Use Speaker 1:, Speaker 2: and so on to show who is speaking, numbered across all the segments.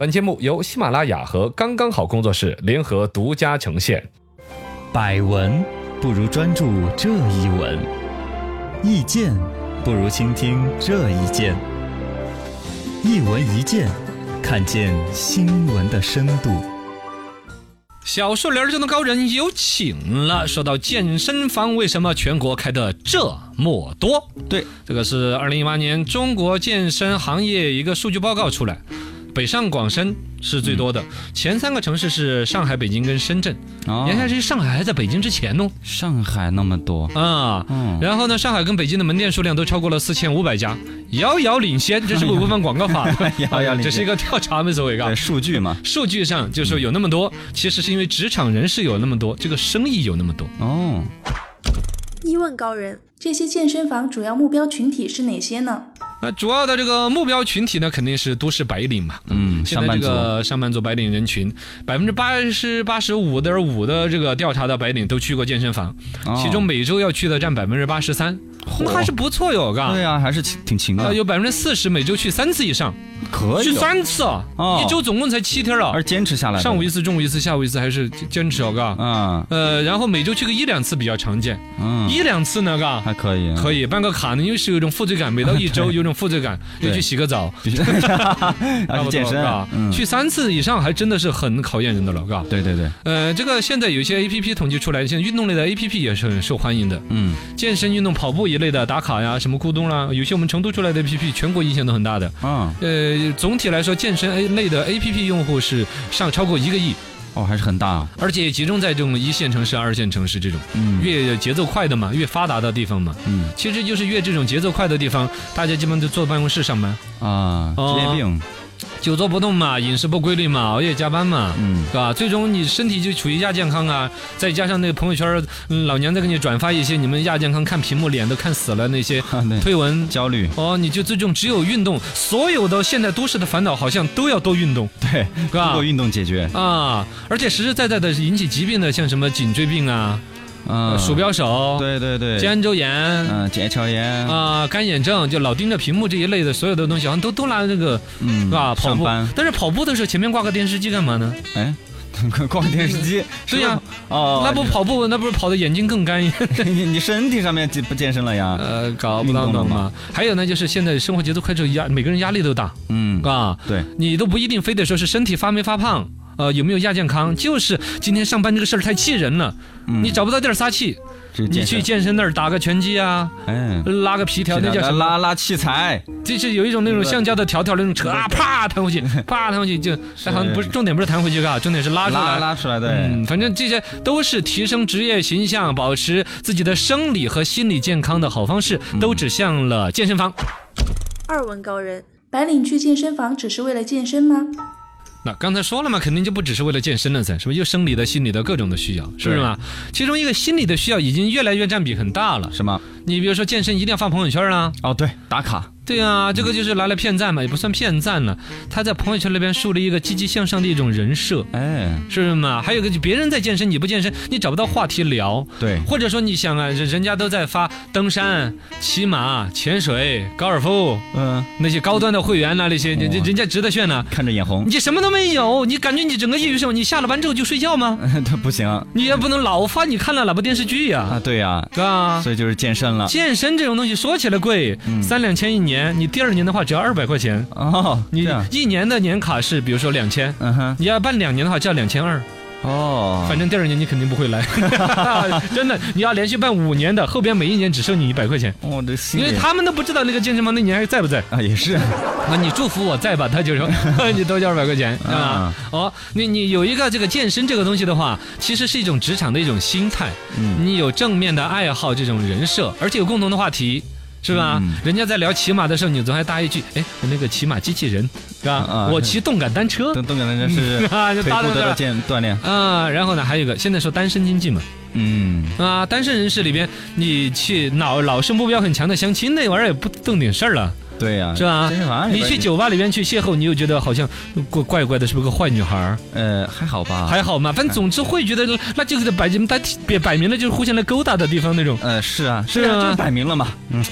Speaker 1: 本节目由喜马拉雅和刚刚好工作室联合独家呈现。
Speaker 2: 百闻不如专注这一闻，意见不如倾听这一见。一闻一见，看见新闻的深度。
Speaker 3: 小树林中的高人有请了。说到健身房为什么全国开的这么多？
Speaker 2: 对，
Speaker 3: 这个是二零一八年中国健身行业一个数据报告出来，北上广深是最多的，前三个城市是上海、北京跟深圳。
Speaker 2: 嗯哦
Speaker 3: 原先是上海还在北京之前哦，
Speaker 2: 上海那么多，
Speaker 3: 啊、
Speaker 2: 嗯
Speaker 3: 然后呢，上海跟北京的门店数量都超过了四千五百家，遥遥领先， 这是
Speaker 2: 哎
Speaker 3: 不是违反广告法？
Speaker 2: 遥遥领先
Speaker 3: 哎这是一个调查，没所谓，嘎
Speaker 2: 啊对，。呃嗯数据嘛。
Speaker 3: 数据上就说有那么多，其实是因为职场人士有那么
Speaker 2: 嗯
Speaker 3: 多，这个生意有那么多。
Speaker 2: 哦，
Speaker 4: 一问高人，这些健身房主要目标群体是哪些呢？
Speaker 3: 那主要的这个目标群体呢，肯定是都市白领嘛。
Speaker 2: 嗯，
Speaker 3: 现
Speaker 2: 上
Speaker 3: 在
Speaker 2: 班
Speaker 3: 这
Speaker 2: 族。
Speaker 3: 个上班族白领人群，百分之八十八十五点五的这个调查的白领都去过健身房，
Speaker 2: 哦
Speaker 3: 其中每周要去的占百分之八十三，那还是不错哟，嘎。
Speaker 2: 对啊，还是挺挺勤
Speaker 3: 啊，
Speaker 2: 的，
Speaker 3: 有百分之四十每周去三次以上，
Speaker 2: 可
Speaker 3: 去
Speaker 2: 以哦，
Speaker 3: 三次啊，
Speaker 2: 哦
Speaker 3: 一周总共才七天了
Speaker 2: 而，坚持下来的。
Speaker 3: 上午一次，中午一次，下午一次，还是坚持哦，嘎。
Speaker 2: 嗯
Speaker 3: 呃，然后每周去个一两次比较常见，
Speaker 2: 嗯，
Speaker 3: 一两次呢，嘎。
Speaker 2: 还可以，
Speaker 3: 可
Speaker 2: 以。
Speaker 3: 以办个卡呢，因为是有一种负罪感，每到一周有一种负罪感，
Speaker 2: 对
Speaker 3: 又去洗个澡，
Speaker 2: 还
Speaker 3: 差
Speaker 2: 是
Speaker 3: 不多
Speaker 2: 健身
Speaker 3: 嘎
Speaker 2: 啊嗯，
Speaker 3: 去三次以上还真的是很考验人的了，嘎。
Speaker 2: 对对对，
Speaker 3: 呃，这个现在有一些 A P P 统计出来，现在运动类的 A P P 也是很受欢迎的，
Speaker 2: 嗯，
Speaker 3: 健身运动、跑步一类的打卡呀，什么咕咚啦，有些我们成都出来的 A P P 全国影响都很大的。
Speaker 2: 嗯，
Speaker 3: 呃，总体来说，健身 A 类的 APP 用户是上超过一个亿，
Speaker 2: 哦，还是很大。
Speaker 3: 而且集中在这种一线城市、二线城市这种
Speaker 2: 嗯
Speaker 3: 越节奏快的嘛，越发达的地方嘛。
Speaker 2: 嗯
Speaker 3: 其实就是越这种节奏快的地方，大家基本都坐办公室上班，
Speaker 2: 啊，职业
Speaker 3: 哦
Speaker 2: 病。
Speaker 3: 久坐不动嘛，饮食不规律嘛，熬夜加班嘛。
Speaker 2: 嗯，
Speaker 3: 是吧？最终你身体就处于亚健康啊，再加上那个朋友圈儿，嗯老娘在给你转发一些你们亚健康看屏幕脸都看死了那些
Speaker 2: 啊对，
Speaker 3: 推文，
Speaker 2: 焦虑。
Speaker 3: 哦，你就最终只有运动，所有的现代都市的烦恼好像都要多运动，
Speaker 2: 对，
Speaker 3: 是
Speaker 2: 通
Speaker 3: 吧
Speaker 2: 过？运动解决。
Speaker 3: 啊，而且实实在在的引起疾病的，像什么颈椎病啊、
Speaker 2: 嗯，
Speaker 3: 呃鼠。标手、
Speaker 2: 对对对。
Speaker 3: 肩周炎
Speaker 2: 嗯，结肠炎。
Speaker 3: 啊、干眼症，就老盯着屏幕这一类的所有的东西，好像都都拿那个
Speaker 2: 嗯，
Speaker 3: 是吧？跑
Speaker 2: 上
Speaker 3: 步
Speaker 2: 班。，
Speaker 3: 但是跑步的时候前面挂个电视机干嘛呢？
Speaker 2: 哎， 挂电视机。
Speaker 3: 对呀
Speaker 2: 是吧。哦，
Speaker 3: 那不跑步，那不是跑的眼睛更干？
Speaker 2: 你你身体上面健不健身了呀？
Speaker 3: 呃，搞不到的
Speaker 2: 运动了
Speaker 3: 嘛。还有呢，就是现在生活节奏快之后，压每个人压力都大
Speaker 2: 嗯，
Speaker 3: 啊，
Speaker 2: 对，
Speaker 3: 你都不一定非得说是身体发没发胖。呃，有没有亚健康？就是今天上班这个事儿太气人了，
Speaker 2: 嗯
Speaker 3: 你找不到地儿撒气，
Speaker 2: 这是
Speaker 3: 你
Speaker 2: 健
Speaker 3: 去
Speaker 2: 身。
Speaker 3: 健身那儿打个拳击啊，
Speaker 2: 哎。
Speaker 3: 拉个皮条，那叫什么？
Speaker 2: 拉拉器材，
Speaker 3: 就是有一种那种橡胶的条条，那种扯啊，啪弹 回去，啪弹回去，就哎好像不是重点，不是弹回去嘎，啊重点是拉出
Speaker 2: 拉
Speaker 3: 来。
Speaker 2: 拉出来的
Speaker 3: 嗯，，反正这些都是提升职业形象、保持自己的生理和心理健康的好方式，都指向了健身房。
Speaker 4: 二问高人，白领去健身房只是为了健身吗？
Speaker 3: 那刚才说了嘛，肯定就不只是为了健身了噻，是不是？又生理的、心理的各种的需要，是不是嘛？其中一个心理的需要已经越来越占比很大了。
Speaker 2: 什么？
Speaker 3: 你比如说健身一定要发朋友圈啊，
Speaker 2: 哦，对，打卡，
Speaker 3: 对啊，这个就是拿来骗赞嘛，也不算骗赞了。他在朋友圈那边树立一个积极向上的一种人设，
Speaker 2: 哎，
Speaker 3: 是不是嘛？还有一个就别人在健身，你不健身，你找不到话题聊。
Speaker 2: 对，
Speaker 3: 或者说你想啊，人人家都在发登山、骑马、潜水、高尔夫
Speaker 2: 嗯，
Speaker 3: 那些高端的会员呐、那些人
Speaker 2: 哇
Speaker 3: 人家值得炫呐、
Speaker 2: 看着眼红
Speaker 3: 你，这什么都没有，你感觉你整个业余生活，你下了班之后就睡觉吗？
Speaker 2: 他不行啊，
Speaker 3: 你也不能老发你看了哪部电视剧呀、
Speaker 2: 对呀，
Speaker 3: 是吧？
Speaker 2: 所以就是健身了。
Speaker 3: 健身这种东西说起来贵，
Speaker 2: 嗯
Speaker 3: 三两千一年，你第二年的话只要二百块钱，
Speaker 2: 哦，
Speaker 3: 你
Speaker 2: 这样
Speaker 3: 一年的年卡是比如说两千。
Speaker 2: 嗯哼，
Speaker 3: 你要办两年的话，就要两千二，
Speaker 2: 哦，
Speaker 3: 反正第二年你肯定不会 来，真的。你要连续办五年的，后边每一年只收你一百块钱。
Speaker 2: 我这心
Speaker 3: 因
Speaker 2: 里
Speaker 3: 为他们都不知道那个健身房那年还在不在
Speaker 2: 啊也是，
Speaker 3: 啊！你祝福我在吧，他就 说你多交二百块钱啊
Speaker 2: 啊。
Speaker 3: 哦，你你有一个这个健身这个东西的话，其实是一种职场的一种心态。
Speaker 2: 嗯
Speaker 3: 你有正面的爱好这种人设，而且有共同的话题。是吧
Speaker 2: 嗯？
Speaker 3: 人家在聊骑马的时候，你总还搭一句：“哎，那个骑马机器人，是吧
Speaker 2: 啊？
Speaker 3: 我骑动感单车
Speaker 2: 动动感单车是
Speaker 3: 啊，就
Speaker 2: 腿
Speaker 3: 搭
Speaker 2: 部
Speaker 3: 到这
Speaker 2: 得到
Speaker 3: 儿
Speaker 2: 健锻炼，
Speaker 3: 啊。”然后呢，还有一个，现在说单身经济嘛，
Speaker 2: 嗯，
Speaker 3: 啊，单身人士里边，你去老老是目标很强的相亲那玩意儿也不动点事儿了。
Speaker 2: 对呀，
Speaker 3: 是吧
Speaker 2: 健身房里
Speaker 3: 你
Speaker 2: 边
Speaker 3: 去，酒吧里边去邂逅，你又觉得好像怪怪怪的，是不是个坏女孩儿？
Speaker 2: 呃，还好吧，
Speaker 3: 还好嘛，反正总之会觉得那就是摆明摆摆明了就是互相来勾搭的地方那种。
Speaker 2: 呃是啊，
Speaker 3: 是
Speaker 2: 啊，
Speaker 3: 吗
Speaker 2: 就是摆明了嘛，嗯，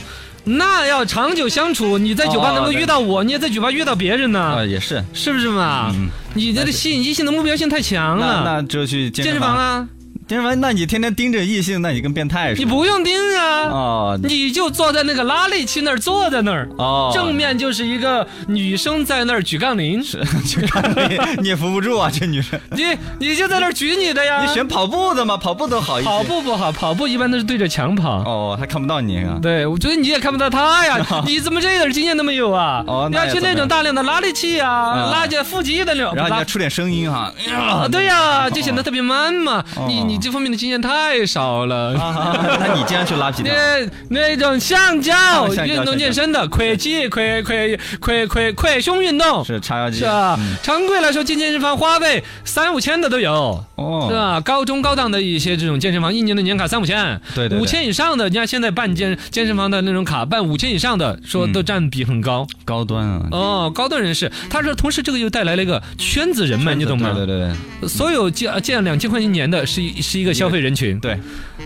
Speaker 3: 那要长久相处，你在酒吧
Speaker 2: 哦
Speaker 3: 能够
Speaker 2: 对
Speaker 3: 遇到我，你也在酒吧遇到别人呢
Speaker 2: 啊，，也是。
Speaker 3: 是不是嘛？
Speaker 2: 嗯
Speaker 3: 你这个吸引异性的目标性太强
Speaker 2: 那
Speaker 3: 了。
Speaker 2: 那就去
Speaker 3: 嗯啊健
Speaker 2: 健
Speaker 3: 身
Speaker 2: 身
Speaker 3: 房
Speaker 2: 房。
Speaker 3: 啊，
Speaker 2: 健身房，那你天天盯着异性，那你跟变态似的。
Speaker 3: 你不用盯啊，
Speaker 2: 哦
Speaker 3: 你就坐在那个拉力器那儿坐在那儿，
Speaker 2: 哦，
Speaker 3: 正面就是一个女生在那儿举杠铃，
Speaker 2: 去看 你，你也扶不住啊，这女生。
Speaker 3: 你你就在那儿举你的呀。
Speaker 2: 你选跑步的嘛，跑步都好一些。
Speaker 3: 啊跑步不好，跑步一般都是对着墙跑。
Speaker 2: 哦，还看不到你啊。
Speaker 3: 对，我觉得你也看不到他呀，你怎么这点经验都没有啊？
Speaker 2: 哦
Speaker 3: 你
Speaker 2: 那
Speaker 3: 要
Speaker 2: 也
Speaker 3: 去
Speaker 2: 怎么
Speaker 3: 那种
Speaker 2: 样
Speaker 3: 大量的拉力器啊，
Speaker 2: 嗯
Speaker 3: 拉着腹肌的那种，
Speaker 2: 然后你
Speaker 3: 拉
Speaker 2: 要出点声音 哈。哎呀
Speaker 3: 啊，对呀，就显得特别 man 嘛。你
Speaker 2: 哦
Speaker 3: 你这方面的经验太少了。
Speaker 2: 啊 那你竟然去拉皮条？
Speaker 3: 那那种橡胶
Speaker 2: 橡胶
Speaker 3: 运动
Speaker 2: 橡胶
Speaker 3: 健身的，快肌、快快快快快胸运动，
Speaker 2: 是叉腰肌
Speaker 3: 是吧
Speaker 2: 嗯？
Speaker 3: 常规来说，进健身房花费三五千的都有。
Speaker 2: 哦，
Speaker 3: 是吧？高中高档的一些这种健身房，一年的年卡三五千，
Speaker 2: 对对对
Speaker 3: 五千以上的，你看现在办健健身房的那种卡，办五千以上的，说
Speaker 2: 嗯
Speaker 3: 都占比很高、
Speaker 2: 高端啊。
Speaker 3: 哦，高端人士。他说，同时这个又带来了一个圈子人脉，你懂吗？
Speaker 2: 对对对
Speaker 3: 所有建建两千块钱一年的是一是一个消费人群，
Speaker 2: 对，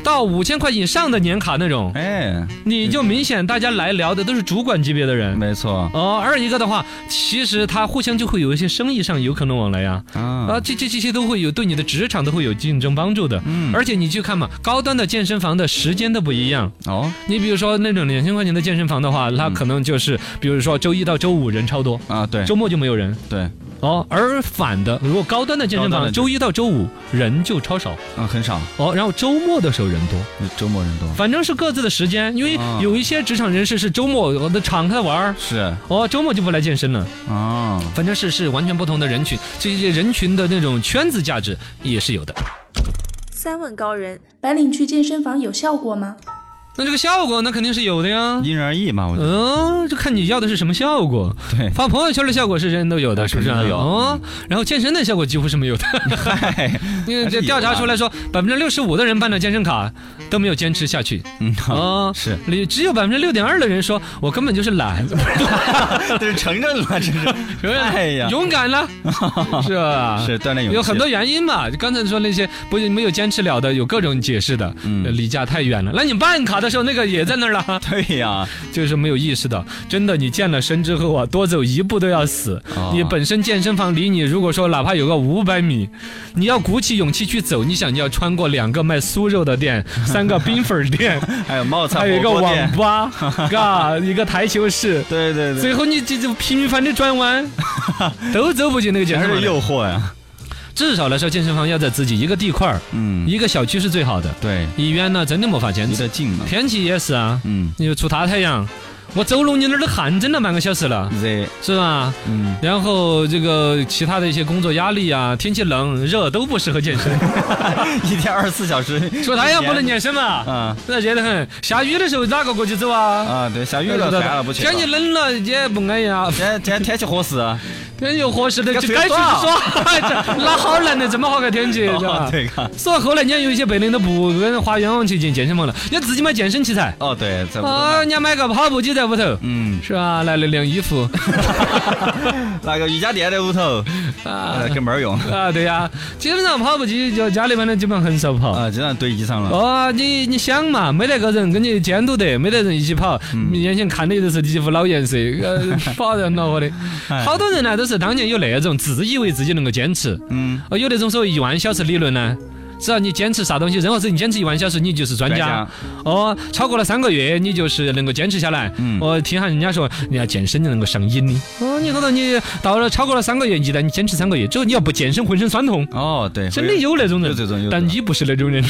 Speaker 3: 到五千块以上的年卡那种，
Speaker 2: 哎，
Speaker 3: 你就明显大家来聊的都是主管级别的人。
Speaker 2: 没错
Speaker 3: 哦，二一个的话，其实他互相就会有一些生意上有可能往来呀、啊，
Speaker 2: 啊，
Speaker 3: 这这这些都会有对你的职场都会有竞争帮助的。
Speaker 2: 嗯
Speaker 3: 而且你去看嘛，高端的健身房的时间都不一样。
Speaker 2: 哦
Speaker 3: 你比如说那种两千块钱的健身房的话，它可能就是，比如说周一到周五人超多，
Speaker 2: 啊，嗯对
Speaker 3: 周末就没有人。
Speaker 2: 对，
Speaker 3: 哦，而反的，如果高端的健身
Speaker 2: 高端
Speaker 3: 房，
Speaker 2: 的
Speaker 3: 周一到周五人就超少。
Speaker 2: 啊，很少，
Speaker 3: 哦，然后周末的时候人多，
Speaker 2: 周末人多。
Speaker 3: 反正是各自的时间，因为
Speaker 2: 啊
Speaker 3: 有一些职场人士是周末我的敞开玩儿。
Speaker 2: 是
Speaker 3: 哦，周末就不来健身了，
Speaker 2: 啊，
Speaker 3: 反正是是完全不同的人群，这些人群的那种圈子价值也是有的。
Speaker 4: 三问高人，白领去健身房有效果吗？
Speaker 3: 那这个效果那肯定是有的呀。
Speaker 2: 因人而异嘛，我觉得。
Speaker 3: 嗯，就看你要的是什么效果。
Speaker 2: 对
Speaker 3: 发朋友圈的效果是人人都有的，
Speaker 2: 啊
Speaker 3: 是不是啊？
Speaker 2: 肯定都有
Speaker 3: 哦，然后健身的效果几乎是没有的。
Speaker 2: 嗨，
Speaker 3: 因为
Speaker 2: 还是
Speaker 3: 这
Speaker 2: 有
Speaker 3: 调查
Speaker 2: 吧
Speaker 3: 出来说，百分之六十五的人办了健身卡都没有坚持下去。
Speaker 2: 嗯，
Speaker 3: 啊，
Speaker 2: 是，
Speaker 3: 你只有百分之六点二的人说，我根本就是懒，
Speaker 2: 这是承认了，这是。 哎呀，
Speaker 3: 勇敢了，是吧？
Speaker 2: 是锻炼勇气。
Speaker 3: 有很多原因嘛，就刚才说那些不没有坚持了的，有各种解释的，
Speaker 2: 嗯
Speaker 3: 呃离家太远了。那你办卡的时候，那个也在那儿了。
Speaker 2: 对呀，
Speaker 3: 就是没有意识的。真的，你健了身之后啊，多走一步都要死。
Speaker 2: 哦
Speaker 3: 你本身健身房离你如果说哪怕有个五百米，你要鼓起勇气去走，你想你要穿过两个卖酥肉的店，三个冰粉儿 店，
Speaker 2: 还有冒菜
Speaker 3: 还有一个
Speaker 2: 火锅店
Speaker 3: 网，吧，嘎，一个台球 室。
Speaker 2: 对对对，
Speaker 3: 最后你这这频繁的转 弯，都走不进那个健
Speaker 2: 全
Speaker 3: 身
Speaker 2: 是
Speaker 3: 房了。
Speaker 2: 诱惑呀。
Speaker 3: 至少来说，健身房要在自己一个地块儿、
Speaker 2: 嗯，
Speaker 3: 一个小区是最好的。
Speaker 2: 对，
Speaker 3: 医院呢，真的没法坚
Speaker 2: 离
Speaker 3: 持。
Speaker 2: 得近嘛。
Speaker 3: 天气也是啊，
Speaker 2: 嗯
Speaker 3: 你就出大太阳，我走路你那儿都汗蒸了半个小时了，
Speaker 2: ，Z，
Speaker 3: 是吧？
Speaker 2: 嗯，
Speaker 3: 然后这个其他的一些工作压力啊，天气冷热都不适合健 身，
Speaker 2: 一天二十四小时，
Speaker 3: 出太阳不能健身嘛，
Speaker 2: 啊
Speaker 3: 那热得很。下雨的时候哪个过去走啊？
Speaker 2: 啊，对，下雨了，算了，不去了。
Speaker 3: 天气冷了也不安逸啊，
Speaker 2: 今天今天天气合 适啊，
Speaker 3: 天气合适的就
Speaker 2: 这
Speaker 3: 该去
Speaker 2: 个嘴爽
Speaker 3: 耍， 这哪好难的这么好个天气，是吧
Speaker 2: 哦？对看，
Speaker 3: 所以后来人家有一些白领都不跟花冤枉去进健身房了，人家自己买健身器材，
Speaker 2: 哦对，在屋
Speaker 3: 啊，人家买个跑步机在屋头，
Speaker 2: 嗯，
Speaker 3: 是吧？来了晾衣服。
Speaker 2: 那个瑜伽垫在屋头，
Speaker 3: 啊
Speaker 2: 呃，跟没儿用，
Speaker 3: 啊，对呀、基本上跑步机就家里面的基本上很少跑。
Speaker 2: 啊，经常堆积上了，
Speaker 3: 哦，你你想嘛，没得个人跟你监督的，没得人一起跑，
Speaker 2: 嗯
Speaker 3: 眼前看的都是一副老颜色，呃， 把人恼火的。
Speaker 2: 哎
Speaker 3: 好多人呢都是当年有那种自以为自己能够坚持，
Speaker 2: 嗯，
Speaker 3: 哦，有那种所谓一万小时理论呢。只要你坚持啥东西，任何事情坚持一万小时，你就是专家。
Speaker 2: 专家
Speaker 3: 哦，超过了三个月，你就是能够坚持下来。
Speaker 2: 嗯
Speaker 3: 我、听下人家说，人家健身能够上瘾的。哦，你可能你到了超过了三个月，一旦你坚持三个月之后，你要不健身，浑身酸痛。
Speaker 2: 哦对，
Speaker 3: 真的有那种人
Speaker 2: 有这种有，
Speaker 3: 但你不是那种 人，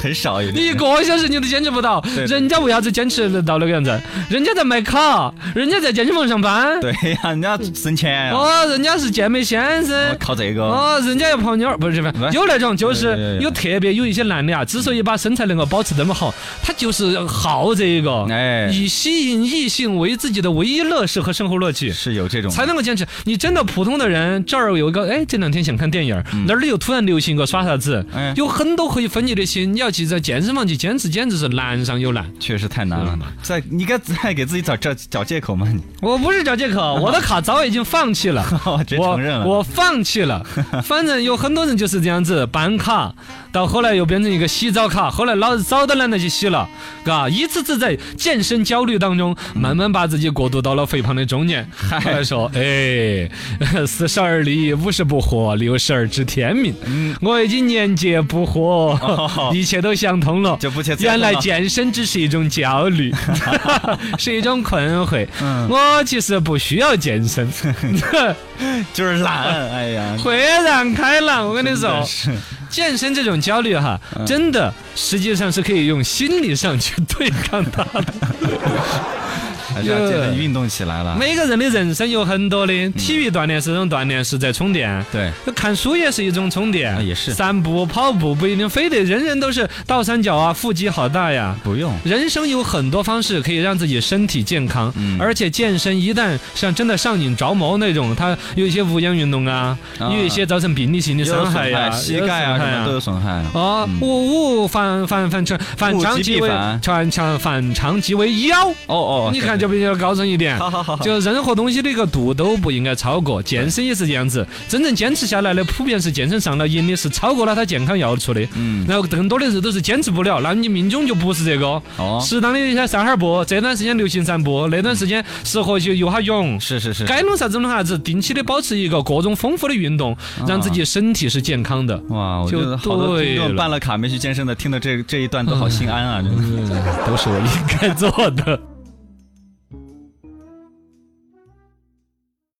Speaker 2: 很少有
Speaker 3: 你一
Speaker 2: 点，
Speaker 3: 个小时你都坚持不到，
Speaker 2: 对
Speaker 3: 人家为啥子坚持得到那个样子？人家在卖卡，人家在健身房上班，
Speaker 2: 对呀，人家省钱呀，
Speaker 3: 哦，人家是健美先生。
Speaker 2: 靠这个，
Speaker 3: 哦，人家要泡妞儿，不是不
Speaker 2: 不
Speaker 3: 是，
Speaker 2: 是
Speaker 3: 有那种就
Speaker 2: 有有
Speaker 3: 是
Speaker 2: 有
Speaker 3: 有特别有一些男的啊，之所以把身材能够保持那么好，他就是好这一个，
Speaker 2: 哎
Speaker 3: 以吸引异性为自己的唯一乐事和生活乐趣。
Speaker 2: 是有这种，
Speaker 3: 才能够坚持。你真的普通的人，这儿有一个，哎，这两天想看电影，那儿又突然流行个耍啥子
Speaker 2: 哎，
Speaker 3: 有很多可以分你的心。你要去在健身房去坚持，简直是难上有难。
Speaker 2: 确实太难
Speaker 3: 是
Speaker 2: 了
Speaker 3: 吗，
Speaker 2: 在你该再给自己找找找借口嘛，你， 哦
Speaker 3: 我不是找借口，我的卡早已经放弃了。
Speaker 2: 我直接
Speaker 3: 我
Speaker 2: 承认了，
Speaker 3: 我放弃了。反正有很多人就是这样子办卡，到后来又变成一个洗澡卡，后来老早都懒得去洗了，嘎，一次次在健身焦虑当中，慢慢把自己过渡到了肥胖的中年。后来说，哎， 四十而立，五十不惑，六十而知天命。我已经年节不惑，
Speaker 2: 嗯哦
Speaker 3: 一切都想通了，
Speaker 2: 就不去折腾了
Speaker 3: 原来健身只是一种焦 虑， 是一种困惑。
Speaker 2: 嗯
Speaker 3: 我其实不需要健 身，
Speaker 2: 就是懒，哎呀，
Speaker 3: 豁然开 朗。我跟你
Speaker 2: 真
Speaker 3: 说
Speaker 2: 的，是嗯
Speaker 3: 健身这种焦虑哈，真的实际上是可以用心理上去对抗它 的。
Speaker 2: 还是要
Speaker 3: 呃
Speaker 2: 健身运动起来了。
Speaker 3: 每个人的人生有很多
Speaker 2: 嗯
Speaker 3: 的，体育锻炼是一种锻炼，是在充电。
Speaker 2: 对，
Speaker 3: 那看书也是一种充电，
Speaker 2: 啊也是
Speaker 3: 散步、跑步不一定非得人人都是倒三角啊，腹肌好大呀。
Speaker 2: 不用，
Speaker 3: 人生有很多方式可以让自己身体健康，
Speaker 2: 嗯
Speaker 3: 而且健身一旦像真的上瘾着魔那种，它有一些无氧运动啊，
Speaker 2: 啊
Speaker 3: 有一些造成病理性的
Speaker 2: 有
Speaker 3: 伤害呀、
Speaker 2: 膝盖啊
Speaker 3: 有
Speaker 2: 什
Speaker 3: 损害
Speaker 2: 么都有损害。
Speaker 3: 哦，物物反反反常反
Speaker 2: 嗯物
Speaker 3: 常
Speaker 2: 极
Speaker 3: 即
Speaker 2: 必
Speaker 3: 为
Speaker 2: 反
Speaker 3: 常常反常即为妖，
Speaker 2: 哦哦，
Speaker 3: 你看就比较高深一点。
Speaker 2: 好好好好，
Speaker 3: 就任何东西的一个度都不应该超过，健身也是这样子。真正坚持下来的，普遍是健身上了瘾的，是超过了他健康要求的。
Speaker 2: 嗯，
Speaker 3: 然后更多的人都是坚持不了，那你命中就不是这个。
Speaker 2: 哦，
Speaker 3: 适当的一些散哈儿步，这段时间流行散步，那段时间适合去游下泳，
Speaker 2: 是是是，
Speaker 3: 该弄啥子弄啥子，定期的保持一个各种丰富的运动，
Speaker 2: 啊
Speaker 3: 让自己身体是健康的。
Speaker 2: 哇，我觉得好多听众嗯办了卡没去健身的，听到这这一段都好心安啊！真的
Speaker 3: 都是我应该做的。